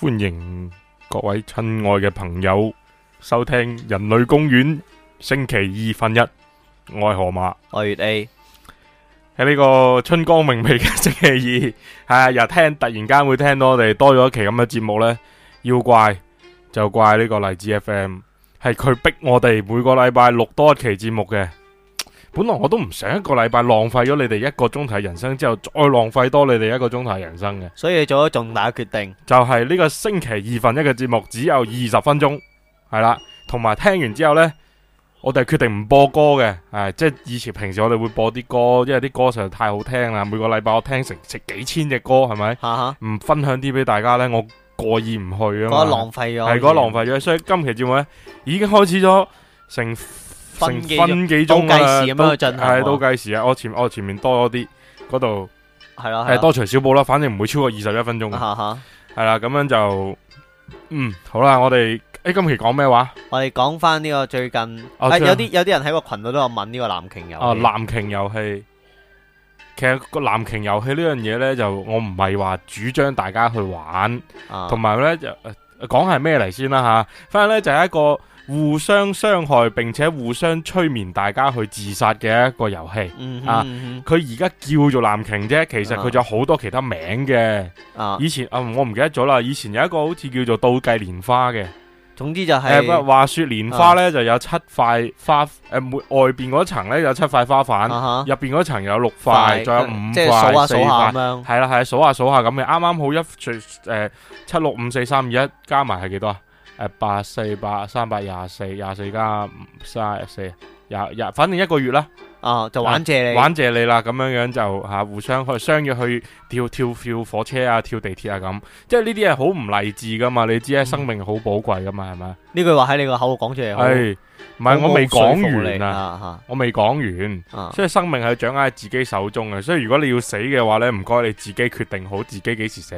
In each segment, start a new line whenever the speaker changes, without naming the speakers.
歡迎各位親愛嘅朋友收聽《人類公園》星期二分一，我係河馬。
我月 A
喺呢個春光明媚嘅星期二，係啊，又聽突然間會聽到我哋多咗一期咁嘅節目呢，要怪就怪 呢個荔枝 FM，係佢逼我哋每個禮拜錄多一期節目嘅。本來我都唔想一個禮拜浪費咗你哋一個鐘頭嘅人生之後，再浪費多你哋一個鐘頭嘅人生嘅，
所以做咗重大嘅決定，
就係、呢個星期二份一嘅節目只有二十分鐘，係啦，同埋聽完之後呢，我哋係決定唔播歌嘅，係即係以前平時我哋會播啲歌，因為啲歌實在太好聽啦，每個禮拜我聽成成幾千隻歌，係咪？
吓吓，
唔分享啲俾大家呢，我過意唔去啊
覺
嘛，
得浪費咗，
係嗰浪費咗，所以今期節目呢，已經開始咗成成
分幾
分幾鐘
倒計時咁樣
都
去進行
係
喎
倒計時啊！我前我前面多咗啲嗰度
係啊咯，
係多除少補啦，反正唔會超過二十一分鐘嘅。
吓吓。
系啦，咁樣就嗯好啦，我哋诶、今期講咩話？
我哋講翻呢個最近，
哦
啊
最近
有啲有啲人喺個群度都有問呢個藍鯨遊
啊，
戲
藍鯨遊戲。其實個藍鯨遊戲呢樣嘢呢，就我唔係話主張大家去玩，
啊
同埋呢，就呃講係咩嚟先啦吓。反正呢，就係一個互相傷害並且互相催眠大家去自殺嘅一個遊戲。
嗯
啊
哼嗯
佢而家叫做藍鯨啫，其實佢仲有好多其他名嘅。
哼啊，
以前啊，我唔記得咗啦。以前有一個好似叫做倒計蓮花嘅。
總之就
誒，不過呃
係啊
話說蓮花咧就有七塊花，誒每外邊嗰層咧有七塊花瓣，
啊
入邊嗰層有六
吓
塊，仲有五塊、
即係數下
四
數
塊，
下咁樣，
係啦係啦啊數下數下咁嘅，啱啱好一除誒七六五四三二一加埋係幾多啊？誒八四八三百廿四廿四加五三十四廿廿，反正一個月啦，
啊就玩謝你，
玩謝你啦，咁樣樣就嚇、互相去相約去跳跳跳火車啊，跳地鐵啊咁，即係呢啲係好唔勵志噶嘛，你知咧啊
嗯
生命好寶貴噶嘛，係咪？啊
呢句話喺你個口度講出嚟，好
系，唔係
好
我未
好說服
講
你
完啊，
啊
我未講完，
吓啊
所以生命係掌握喺自己手中嘅，所以如果你要死嘅話呢，唔該你自己決定好自己幾時死，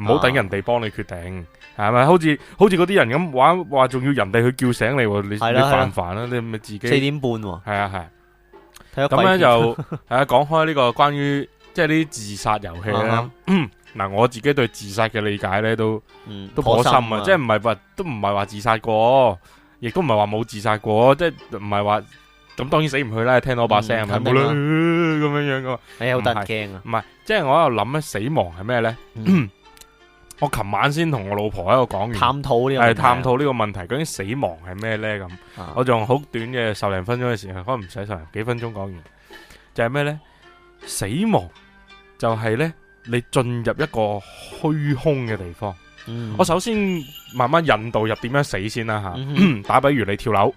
唔好
啊
等人哋幫你決定，係咪？好似好似嗰啲人咁玩，話仲要人哋去叫醒你喎，你你
係啦係
煩
啦
唔煩啊？你咪自
四
己
點半喎，
係啊係。
睇咗
咁
鬼
咧
片
就係啊，講開呢個關於即係呢啲自殺遊戲
啊
呢。 嗱我自己對自殺嘅理解呢，都。
嗯
都頗深啊！即係
係
唔係話都唔係話自殺過，亦都唔係話冇自殺過，即係唔係話咁當然死唔去啦。聽到我把聲
嗯
係
肯
咪
定
冇啦
啦
咁樣樣噶嘛？
你好得人驚啊，
唔係，即係我喺度諗咧，死亡係咩呢？
嗯
我琴晚先同我老婆喺度講完，
探討呢個問題
嗯係
啊
探討呢個問題，究竟死亡係咩呢？咁
啊
我仲好短嘅十零分鐘嘅時間，可能唔使十零幾分鐘講完，就係咩呢？死亡就係呢，你進入一個虛空嘅地方。
嗯
我首先慢慢引導入點樣死先啦吓。
嗯
打比如你跳樓，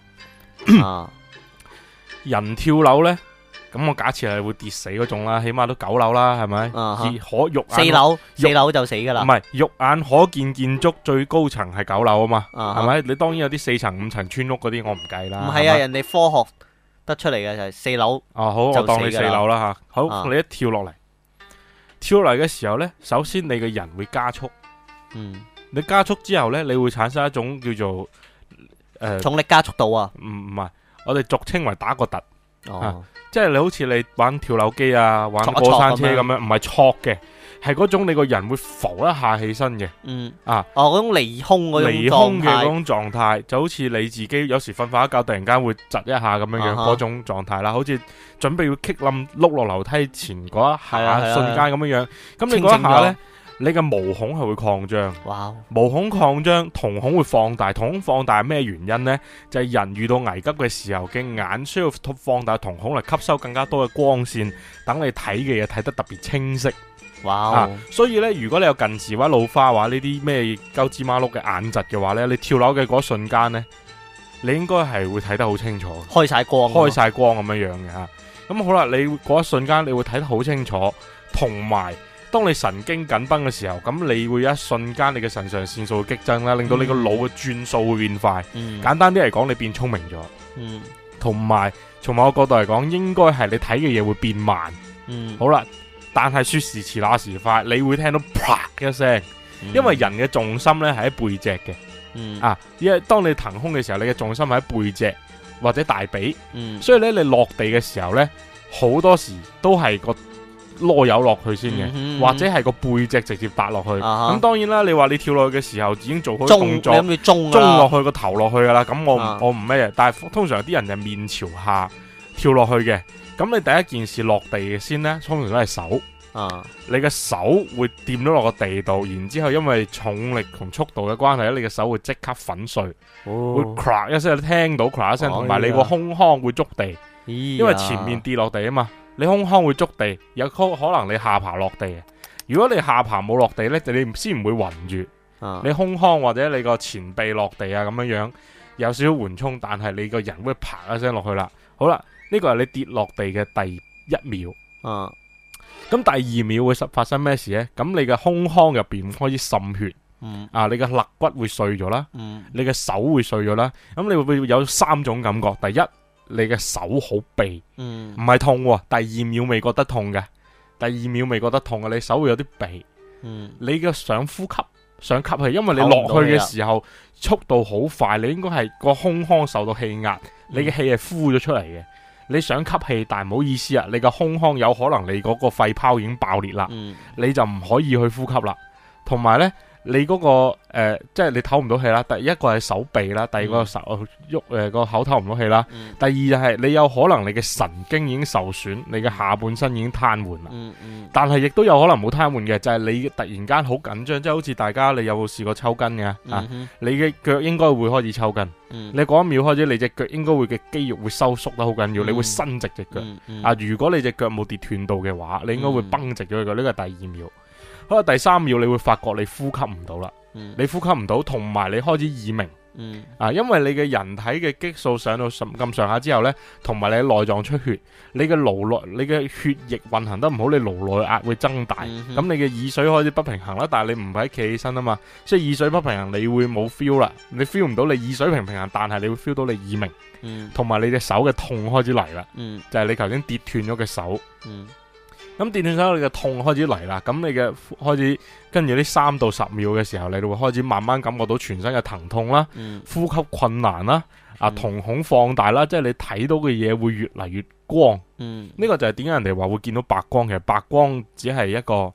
啊
人跳樓呢，咁我假設係會跌死嗰種啦，起碼都九樓啦，係咪？
啊哈
而可肉眼
四樓
肉
四樓就死噶
唔
啦，
係肉眼可見建築最高層係九樓啊嘛，
啊哈
係咪？你當然有啲四層、五層村屋嗰啲我唔計啦。
唔係啊，
咪
人哋科學得出嚟嘅就係四樓
哦好，我
就
當你
死
四
㗎啦
樓啦吓。
啊
好，你一跳落嚟，跳落嚟嘅時候呢，首先你嘅人會加速，
嗯，
你加速之後呢，你會產生一種叫做誒
重力加速度啊，
唔唔係，我哋俗稱為打個突。
哦，
即係你好似你玩跳樓機啊，玩
戳一戳
過山車咁
咁
樣，
樣
唔係戳嘅，係嗰種你個人會浮一下起身嘅，
嗯
啊，
哦嗰種離空嗰種
離空
狀
嘅嗰種
態，
狀態，就好似你自己有時瞓瞓一覺，突然間會窒一下咁樣樣
啊哈
嗰種狀態啦，好似準備要棘冧碌落樓梯前嗰一
係啊係
下
啊
瞬間咁樣樣，咁你
清
嗰一
醒
下
咗
呢，你嘅毛孔係會擴張。
哇，
毛孔擴張，瞳孔會放大。瞳孔放大係咩原因呢？就係、人遇到危急嘅時候嘅眼需要放大瞳孔嚟吸收更加多嘅光線，等你睇嘅嘢睇得特別清晰
哇
啊，！所以呢，如果你有近視或者老花話呢啲咩鳩芝麻碌嘅眼疾嘅話呢，你跳樓嘅嗰瞬間呢，你應該係會睇得好清楚嘅。
開晒光啊，
開晒光咁樣樣嘅吓。咁好啦，你嗰一瞬間你會睇得好清楚，同埋當你神經緊繃嘅時候，咁你會一瞬間你嘅腎上腺素會激增啦，令到你個腦嘅轉數會變快。
嗯，
簡單啲嚟講，你變聰明咗，
嗯
同埋從某個角度嚟講，應該係你睇嘅嘢會變慢。
嗯，
好啦，但係說時遲那時快，你會聽到啪一聲，
嗯
因為人嘅重心呢係喺背脊嘅
嗯
啊，因為當你騰空嘅時候，你嘅重心係喺背脊或者大髀。
嗯
所以咧，你落地嘅時候咧，好多時都係個攞油落去先嘅，
嗯哼
或者係個背脊直接搭落去。
啊哈
咁當然啦，你話你跳落去嘅時候已經做好
中，
動
你
作，
諗住中㗎
中
啦
落去個頭落去噶啦。咁我唔
啊
我唔咩嘢，但係通常啲人就面朝下跳落去嘅。咁你第一件事落地嘅先呢，通常都係手。
啊，
你嘅手會掂到落個地度，然之後因為重力同速度嘅關係咧，你嘅手會即刻粉碎，會
哦，
crack 一聲，你聽到 crack 一聲，
哦
同埋你
哎
個
呀
胸腔會觸地，
因
因為前面跌落地啊嘛，你胸腔會觸地，有可可能你下巴落地嘅。如果你下巴冇落地呢，就你先唔會暈住，
啊
你胸腔或者你個前臂落地啊咁樣樣，有少少緩衝，但係你個人會啪一聲落去啦。好啦，呢個係你跌落地嘅第一秒。
啊
咁第二秒會實發生咩事呢？咁你嘅胸腔入邊開始滲血
嗯
啊，你嘅肋骨會碎咗啦，
嗯
你嘅手會碎咗啦。咁你會會有三種感覺：第一，你嘅手好痹，
嗯
唔係痛喎；第二秒未覺得痛嘅，第二秒未覺得痛嘅，你手會有啲痹，
嗯
你嘅想呼吸。想吸氣，因為你
唞唔
落
到
去
氣
嘅
啦
時候速度好快，你應該係個胸腔受到氣
嗯
壓，你嘅氣係呼咗出嚟嘅。你想吸氣，但係唔好意思啊，你嘅胸腔有可能你嗰個肺泡已經爆裂啦，
嗯
你就唔可以去呼吸啦。同埋呢，你嗰、個呃即係你唞唔到氣啦。第一個係手臂啦，第二個手呃喐誒個口唞唔到氣啦。
嗯
第二就係你有可能你嘅神經已經受損，你嘅下半身已經癱瘓啦。
嗯嗯
但係亦都有可能冇癱瘓嘅，就係、你突然間好緊張，即係好似大家你有冇試過抽筋嘅啊？
嗯
你嘅腳應該會開始抽筋，
嗯
你嗰一秒開始你隻腳應該會嘅肌肉會收縮得好緊要，
嗯
你會伸直隻腳。
嗯
啊，如果你隻腳冇跌斷到嘅話，你應該會崩直咗佢。呢個係第二秒。好啦，第三秒你會發覺你呼吸唔到啦，
嗯
你呼吸唔到，同埋你開始耳鳴
嗯
啊，因為你嘅人體嘅激素上到咁咁上下之後呢，同埋你內臟出血，你嘅顱內你嘅血液運行得唔好，你顱內壓會增大，咁、
嗯哼
你嘅耳水開始不平衡啦。但係你唔係企起身啊嘛，所以耳水不平衡你會冇 feel 啦，你 feel 唔到你耳水平唔平衡，但係你會 feel 到你耳鳴，
嗯
同埋你隻手嘅痛開始嚟啦，
嗯
就係、你頭先跌斷咗嘅手。
嗯
咁電斷手你嘅痛開始嚟啦，咁你嘅開始跟住呢三到十秒嘅時候，你就會開始慢慢感覺到全身嘅疼痛啦、
嗯
呼吸困難啦、啊
嗯
瞳孔放大啦，即係你睇到嘅嘢會越嚟越光。呢、
嗯
個就係點解人哋話會見到白光，其實白光只係一個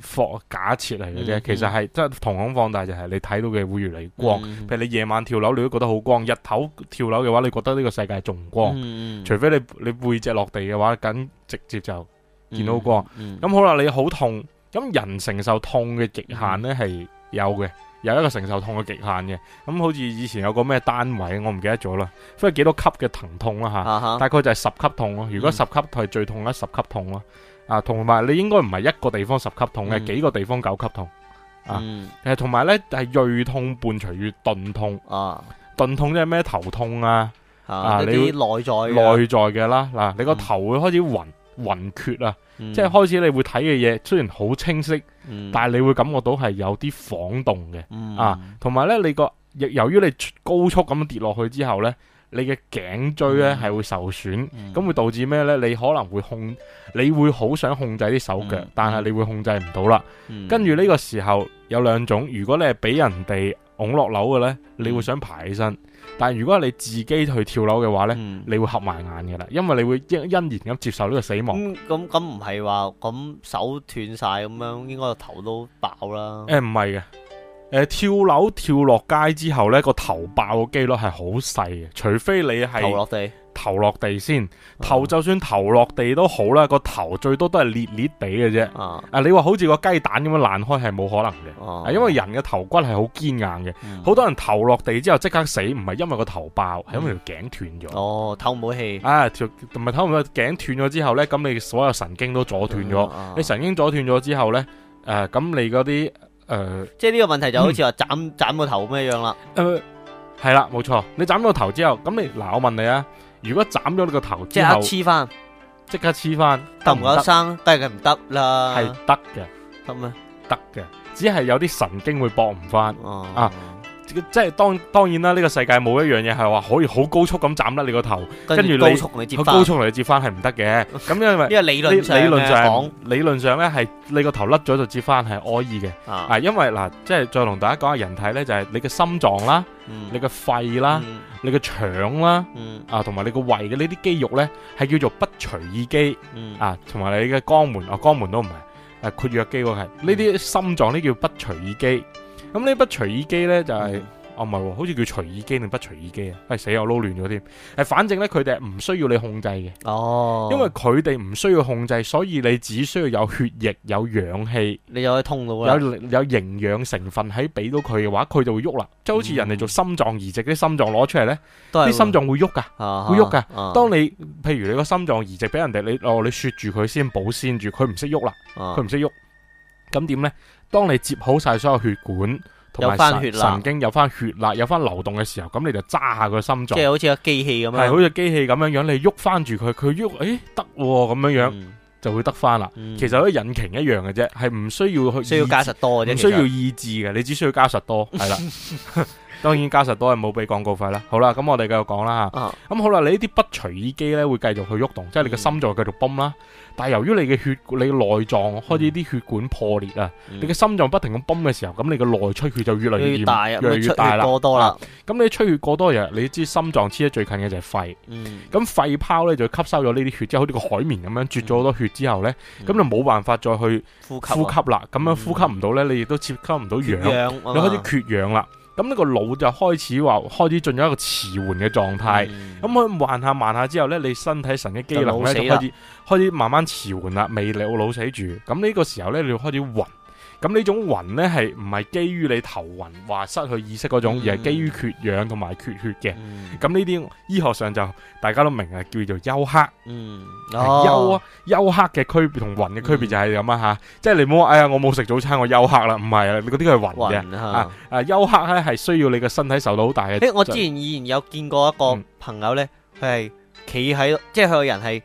放假設嚟嘅啫，
嗯
其實係即係瞳孔放大就係你睇到嘅會越嚟越光。
嗯
譬如你夜晚跳樓，你都覺得好光；日頭跳樓嘅話，你覺得呢個世界仲光。
嗯嗯
除非你你背脊落地嘅話，咁直接就〜見到光
嗯
咁好啦，你好痛，咁人承受痛嘅極限
嗯
呢係有嘅，有一個承受痛嘅極限嘅。咁好似以前有個咩單位，我唔記得咗啦，不過幾多級嘅疼痛啦吓，
啊哈
大概就係十級痛咯。如果
嗯
十級係最痛啦，十級痛咯。啊，同埋你應該唔係一個地方十級痛嘅，
嗯
幾個地方九級痛。啊
嗯
誒，同埋呢係鋭痛伴隨住鈍痛，
啊
鈍痛即係咩頭痛啊，啊
啊呢
你會
啲內在嘅
內在嘅啦，嗱，你個
嗯
頭會開始暈暈厥啊，
嗯
即係開始你會睇嘅嘢雖然好清晰。
嗯
但係你會感覺到係有啲晃動嘅，
嗯
啊同埋呢，你個由由於你高速咁跌落去之後呢，你嘅頸椎呢
嗯
係會受損，
嗯
咁會導致咩呢？你可能會控，你會好想控制啲手腳
嗯，
但係你會控制唔到啦。
嗯
跟住呢個時候有兩種，如果你係俾人哋拱落樓嘅呢，你會
嗯
想爬起身；但係如果係你自己去跳樓嘅話呢，
嗯
你會合埋眼嘅啦，因為你會欣欣然咁接受呢個死亡。
咁咁咁唔係話咁手斷晒咁樣，應該個頭都爆啦。
诶，唔係嘅，诶、跳樓跳落街之後呢個頭爆嘅機率係好細嘅，除非你
頭
係
落嗯地，
頭落地先，頭就算頭落地都好啦，個頭最多都係裂裂地嘅啫。
啊
啊，你話好似個雞蛋咁樣爛開係冇可能嘅，
啊
啊，因為人嘅頭骨係好堅硬嘅，
嗯
好多人頭落地之後即刻死，唔係因為個頭爆，係因為條頸斷咗。
嗯哦唞唔到氣，
啊，條同埋睇唔到頸斷咗之後呢，咁你所有神經都阻斷咗，
咗
你神經阻斷咗之後呢，诶、咁你嗰啲诶。
即係呢個問題就好似 話斬斬個頭咁樣樣啦。
诶，系啦，冇錯。你斬咗個頭之後，咁你嗱，我問你啊，如果斬咗你個頭之
即刻
後，
黐翻，
即刻黐翻，
得唔得生？得嘅唔得啦，
係得嘅，
得咩？
得嘅，只係有啲神經會搏唔翻。
哦
啊，即係當當然啦，呢、個世界冇一樣嘢係話可以好高速咁斬甩你個頭，
跟
跟住
住
你
高速你接
好
翻，
高速嚟接翻係唔得嘅。咁因為
呢個理
理
論上啊
理論上
講
理論上咧係你個頭甩咗就接翻係可以嘅。
啊，
啊，因為嗱，即係再同大家講下人體咧，就係你嘅心臟啦、你
你
嘅肺啦、
嗯
你嘅腸啦。
嗯
啊，同埋你個胃嘅呢啲肌肉呢，係叫做不隨意肌
嗯
啊，同埋你嘅肛門啊，肛門都唔係，誒括約肌嗰個係，
嗯
呢啲心臟呢叫不隨意肌。咁呢啲不隨意肌呢，就係、
嗯
哦唔係喎，好似叫隨意肌定不隨意肌啊？喂死我撈亂咗添。誒，反正呢，佢哋係唔需要你控制嘅，
哦，
因為佢哋唔需要控制，所以你只需要有血液、有氧氣、
你就可以通到
有
啦，
有營養成分喺俾到佢嘅話，佢就會喐啦。即係好似人哋
嗯
做心臟移植啲心臟攞出嚟呢，
都係
啲心臟會喐㗎。
臟
會喐㗎
㗎
當你譬如你個心臟移植俾人哋，你哦你雪住佢先保鮮住，佢唔識喐啦，
啊
佢唔識喐，咁點呢？當你接好晒所有血管同埋
有返
神
血啦
神經有翻血啦，有翻流動嘅時候，咁你就揸下個心
即係
臟，
好似個機器咁樣，
係好似機器咁樣樣，你喐翻住佢，佢喐，誒得喎咁樣樣
嗯
就會得翻啦。
嗯
其實好似引擎一樣嘅啫，係唔需要去
需要加實多嘅
唔
啫，
需要意志嘅，你只需要加實多係啦。 當然加實多係冇俾廣告費啦。好啦，咁我哋繼續講啦嚇。
啊
咁好啦，你呢啲不隨意肌咧會繼續去喐動，即係你嘅
嗯
心臟會繼續泵啦。但係由於你嘅血你嘅內臟開始啲血管破裂啊，你嘅心臟不停咁泵嘅時候，咁你嘅內出血就越嚟越
嗯越
嚴
大啊，
越
咪
嚟
出
越大
血
啦。
過多啦，
咁你出血過多嘅，你知心臟黐得最近嘅就係肺。
嗯，
咁肺泡咧就吸收咗呢啲血，即係好似個海綿咁樣啜咗好多血之後咧，
嗯
咁就冇辦法再去
呼吸啊
呼吸啦。咁樣
嗯
呼吸唔到咧，你亦都接吸唔到
缺
氧，
氧啊
你
嘛，
開始缺氧啦。咁呢個腦就開始話開始進入一個遲緩嘅狀態。
嗯
咁佢慢下慢下之後呢，你身體神經機能呢，就
就老
開
死
始開始慢慢遲緩啦，未老老死住。咁呢個時候呢，你就開始暈。咁呢種暈呢，係唔係基於你頭暈話失去意識嗰種，
嗯
而係基於缺氧同埋缺血嘅。
嗯
咁呢啲醫學上就大家都明啊，叫做休克。
嗯，
係休
哦
啊，
嗯
休克嘅區別同暈嘅區別就係咁啊吓，即係你唔好話哎呀我冇食早餐我休克啦，唔係啊，你嗰啲係暈嘅。
暈啊。
啊休克呢係需要你嘅身體受到好大嘅。
诶，我之前以前有見過一個
嗯
朋友咧，佢係企喺，即係佢個人係，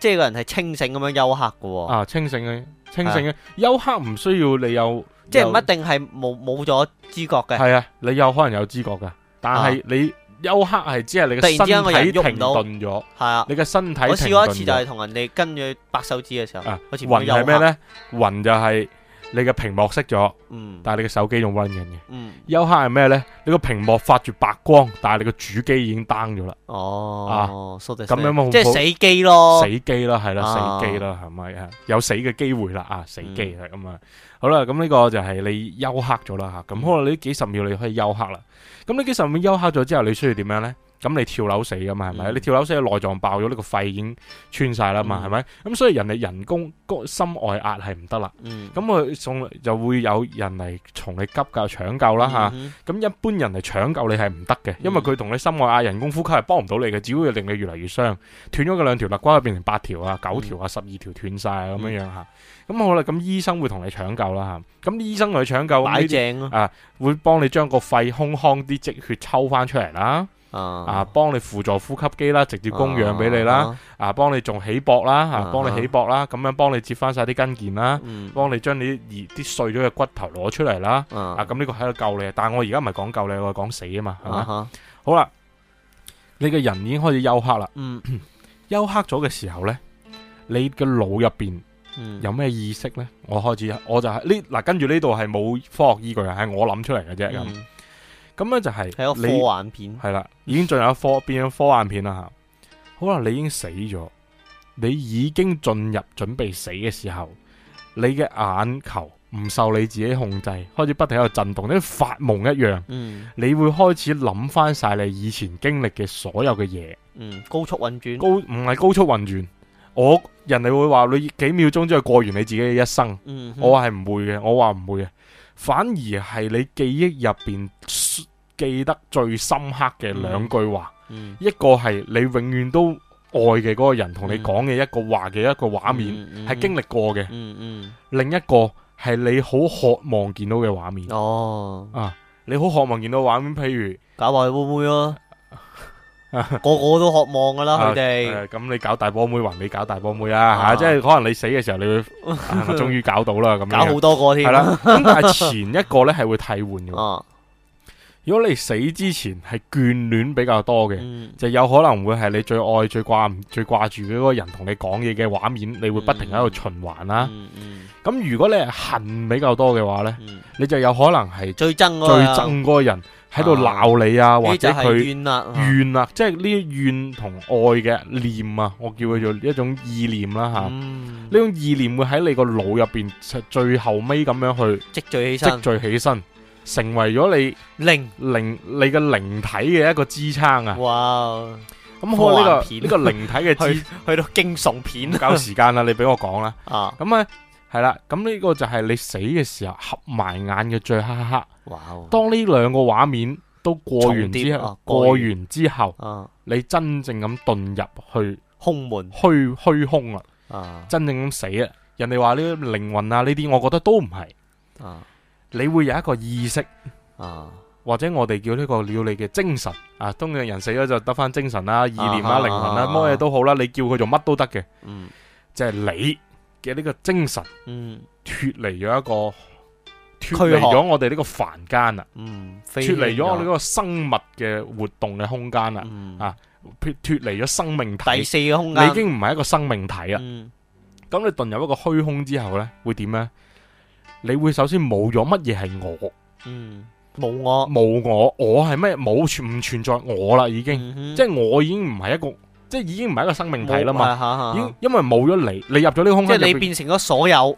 即係個人係清醒咁樣休克嘅喎，
啊，清醒嘅，清醒嘅，休克唔需要你有，
啊即係唔
有
一定係冇冇咗知覺嘅，
係啊，你有可能有知覺噶，但係你休克係只係你
啊突然之間個
嘅身
人
體
喐唔
停
到
頓咗，
係啊。
你嘅身體
我
停
試過一次
頓
就
咗
係。同人哋跟住白手指嘅時候，
啊，
我前
暈
面休
係咩
克，
呢？暈就係你嘅屏幕熄咗，
嗯
但係你嘅手機仲 run 緊嘅。
嗯，
休克係咩呢？你個屏幕發住白光，但係你個主機已經 down 咗啦，
哦，蘇迪
咁樣咪好
即係死機咯，
死機啦，係啦，
啊嗯
死機啦，係咪啊？有死嘅機會啦，啊，死機係咁啊。好啦，咁呢個就係你休克咗啦
嗯
吓，咁可能你幾十秒你可以休克啦。咁你幾十秒休克咗之後，你需要點樣呢？咁你跳樓死噶嘛，係咪？
嗯
你跳樓死，內臟爆咗，呢個肺已經穿晒啦嘛，
嗯
係咪？咁所以人哋人工個心外壓係唔得啦。
嗯，
咁佢送就會有人嚟從你急救搶救啦吓。
嗯
咁一般人嚟搶救你係唔得嘅，因為佢同你心外壓、人工呼吸係幫唔到你嘅，只會令你越嚟越傷，斷咗嘅兩條肋骨變成八條啊、九條啊、十二條斷晒啊咁樣樣嚇。咁好啦，咁醫生會同你搶救啦嚇。咁醫生同你搶救，
哼擺
咁呢啲
正咯，
會幫你將個肺空腔啲積血抽翻出嚟啦，啊，
啊，
幫你輔助呼吸機啦，直接供氧俾你啦，啊，幫你仲起搏啦，啊，
啊
幫你起搏啦，咁樣幫你接翻晒啲筋腱啦
啊，，嗯，
幫你將你啲啲碎咗嘅骨頭攞出嚟啦。啊，
啊，
咁呢個喺度救你，但係我而家唔係講救你，我係講死啊嘛，係咪？
啊哈，
好啦，你嘅人已經開始休克啦，
嗯
休克咗嘅時候呢，你嘅腦入邊
嗯，
有咩意識呢？我開始我就係呢嗱，跟住呢度係冇科學依據，係我諗出嚟嘅啫咁。
嗯
咁咧就係
係一個
你
科啊幻片，
係啦，已經進入咗科變咗科幻片啦吓。好啦，你已經死咗，你已經進入準備死嘅時候，你嘅眼球唔受你自己控制，開始不停喺度震動，你好似發夢一樣。
嗯。
你會開始諗翻晒你以前經歷嘅所有嘅嘢，
嗯，高速運轉，
高唔係高速運轉。我人哋會話你幾秒鐘之後過完你自己嘅一生，
嗯，
我話係唔會嘅，我話唔會嘅，反而係你記憶入邊嘶記得最深刻嘅兩句話，
嗯，
一個係你永遠都愛嘅嗰個人同你講嘅一個話嘅一個畫面，
面
係經歷過嘅；
嗯嗯，
另一個係你好渴望見到嘅畫面，
哦，
啊，你好渴望見到嘅畫面，譬如。
搞埋會唔會咯？ 個個都渴望噶
啊
啦，佢
誒
哋
咁你搞大波妹還你搞大波妹啊吓，
啊
即係可能你死嘅時候你會，啊我終於搞到啦咁樣
搞好多個添，
係，
Ờ。
啦。咁但係前一個咧係會替換嘅，
啊，
如果你死之前係眷戀比較多嘅，
嗯，
就有可能會係你最愛、最掛、最掛住嘅嗰個人同你講嘢嘅畫面，你會不停喺度循環啦。
嗯嗯
咁、如果你係恨比較多嘅話呢，
嗯，
你就有可能係
最憎
最
嗰個啊
憎嗰個人喺度鬧你啊，或
呢
者
就係
佢
怨啦，
怨啊，即係呢啲怨同愛嘅念啊，我叫佢做一種意念啦吓。呢、
嗯，
種意念會喺你個腦入邊最後尾咁樣去
積聚起
積
身，
聚起身，成為咗你
零，
靈你嘅靈體嘅一個支撐啊。
哇，
咁好啊啦呢
科幻
個
片
呢個靈體嘅 支
去到驚悚片
唔夠時間啦，你俾我講啦。
啊，
咁啊，係啦，咁呢個就係你死嘅時候合埋眼嘅最黑黑。
哇，
當呢兩個畫面都過完之
重疊
後
啊，過
過
完
完之後，
啊，
你真正咁遁入去
胸悶
虛虛空啊，
啊
真正咁死啊！人哋話呢啲靈魂啊呢啲，我覺得都唔係，
啊
你會有一個意識。
啊，
或者我哋叫呢個叫你嘅精神啊，通常人死咗就得翻精神啦、意念啦、
啊哈
靈魂啦，
啊哈
乜嘢都好啦，你叫佢做乜都得嘅，
嗯
即係你嘅呢個精神。
嗯
脱離咗一個
軀
脱離
殼
咗我哋呢個凡間啦，
嗯，脱
脱離咗我哋嗰個生物嘅活動嘅空間啦，
嗯
啊脱脱離咗生命
第
體，
四個空間，
你已經唔係一個生命體啦。
嗯
咁你遁入一個虛空之後呢，會點呢？你會首先冇咗乜嘢係我，
嗯冇我，
冇我，我係咩？冇存唔存在我啦，已經，嗯即
即
係我已經唔係一個，即係已經唔係一個生命體啦嘛。
嘛
已經因為冇咗你，你入咗呢個空
啊即
間入
係你
邊，
變成咗所有，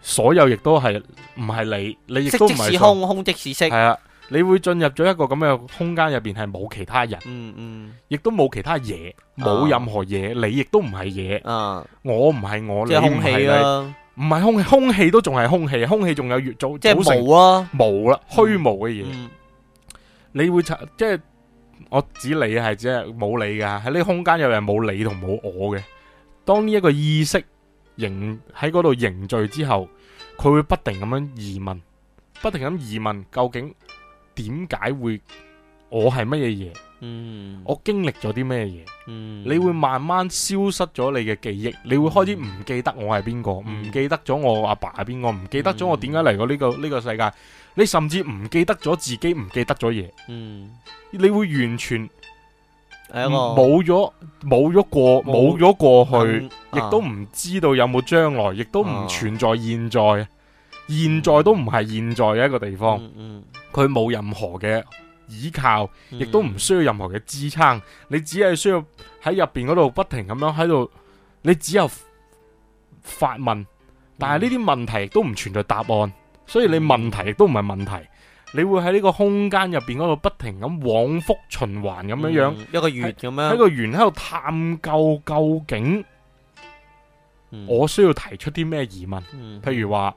所有亦都係唔係你，你亦
色
都唔
即
係
是
所有
空，空即是色
系，啊，你會進入咗一個咁嘅空間入边，係冇其他人，
嗯嗯
亦都冇其他嘢，冇任何嘢，你亦都唔係嘢，
啊，
我唔係我，
即
你
係
唔
空氣啊
係
啦，
你，唔係空氣，空氣都仲係空氣，空氣仲有越組
即係
組成
冇啊，
無啦，虛無嘅嘢，
嗯
你會察即係我指你係指係冇你噶，喺呢個空間有人冇你同冇我嘅。當呢一個意識凝喺嗰度凝聚之後，佢會不停咁樣疑問，不停咁疑問，究竟點解會我係乜嘢嘢？
嗯，
我經歷咗啲咩嘢？
嗯
你會慢慢消失咗你嘅記憶，你會開始唔記得我係邊個，
嗯
唔記得咗我阿爸係邊個，唔記得咗我點解嚟過呢個呢個世界，你甚至唔記得咗自己唔記得咗嘢，
嗯
你會完全
係一個
冇咗冇咗過
冇
冇咗過去，
嗯
亦都唔知道有冇將來，亦都
啊
唔存在現在，現在都唔係現在嘅一個地
啊
方，
嗯嗯
佢冇任何嘅倚靠。
嗯
亦都唔需要任何嘅支撐，你只係需要喺入邊嗰度不停咁樣喺度，你只有發問，
嗯
但係呢啲問題亦都唔存在答案，所以你問題亦都唔係問題，你會喺呢個空間入邊嗰度不停咁往復循環咁樣樣，
嗯一個月咁
喺
樣，
個圓喺度探究究竟
嗯
我需要提出啲咩疑問，
嗯
譬如話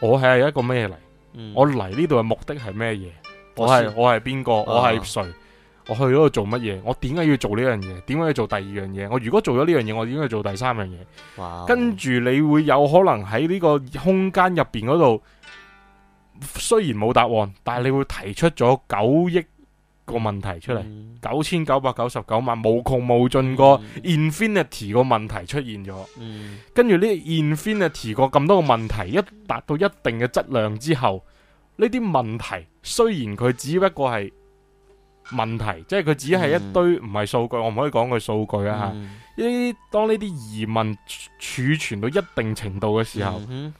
我係一個咩嚟？
嗯
我嚟呢度嘅目的係咩嘢？
我
我
啊
係
先
我係邊個？我係誰？我去嗰度做乜嘢？我點解要做呢樣嘢？點解要做第二樣嘢？我如果做咗呢樣嘢，我點解要做第三樣嘢？
哇
跟住你會有可能喺呢個空間入邊嗰度，雖然冇答案，但係你會提出咗九億個問題出嚟，
嗯
九千九百九十九萬無窮無盡個
嗯
infinity 個問題出現咗。
嗯
跟住呢 infinity 個咁多個問題，一達到一定嘅質量之後，呢啲問題雖然佢只不過係問題，即係佢只係一堆唔係數據，我唔可以講佢數據啊嚇。
嗯
呢啲、當呢啲疑問儲存到一定程度嘅時候，
嗯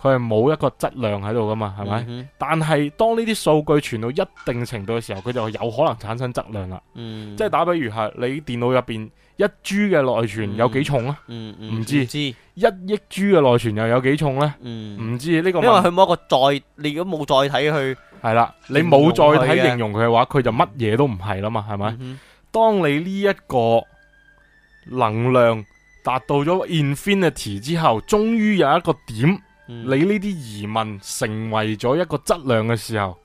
佢係冇一個質量喺度噶嘛，係咪？
嗯
但係當呢啲數據存到一定程度嘅時候，佢就有可能產生質量啦。
嗯
即係打比如係你電腦入邊一 G 嘅內存有幾重啊？
嗯嗯
唔知
知
一億 G 嘅內存又有幾重呢？
嗯，
唔知呢個
因為
問
佢冇一個載，你如果冇載體去
係啦，你冇再睇形容佢嘅話，佢就乜嘢都唔係啦嘛，係咪？
嗯
當你呢一個能量達到咗 infinity 之後，終於有一個點，
嗯
你呢啲疑問成為咗一個質量嘅時候，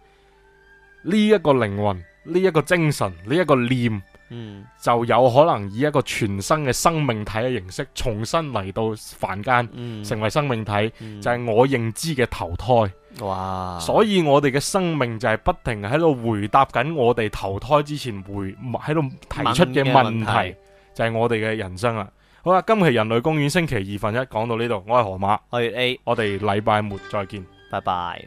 呢一個靈魂，呢一個精神，呢一個念，
嗯
就有可能以一個全新嘅生命體嘅形式，重新嚟到凡間，
嗯
成為生命體，
嗯
就係我認知嘅投胎。
哇，
所以我哋嘅生命就係不停喺度回答緊我哋投胎之前回喺度提出嘅
問嘅
問
問題
題，就係我哋嘅人生啦。啊好啦，今期人類公園星期二分一講到呢度，我係河馬，
我係 A，
我哋禮拜末再見。
拜拜。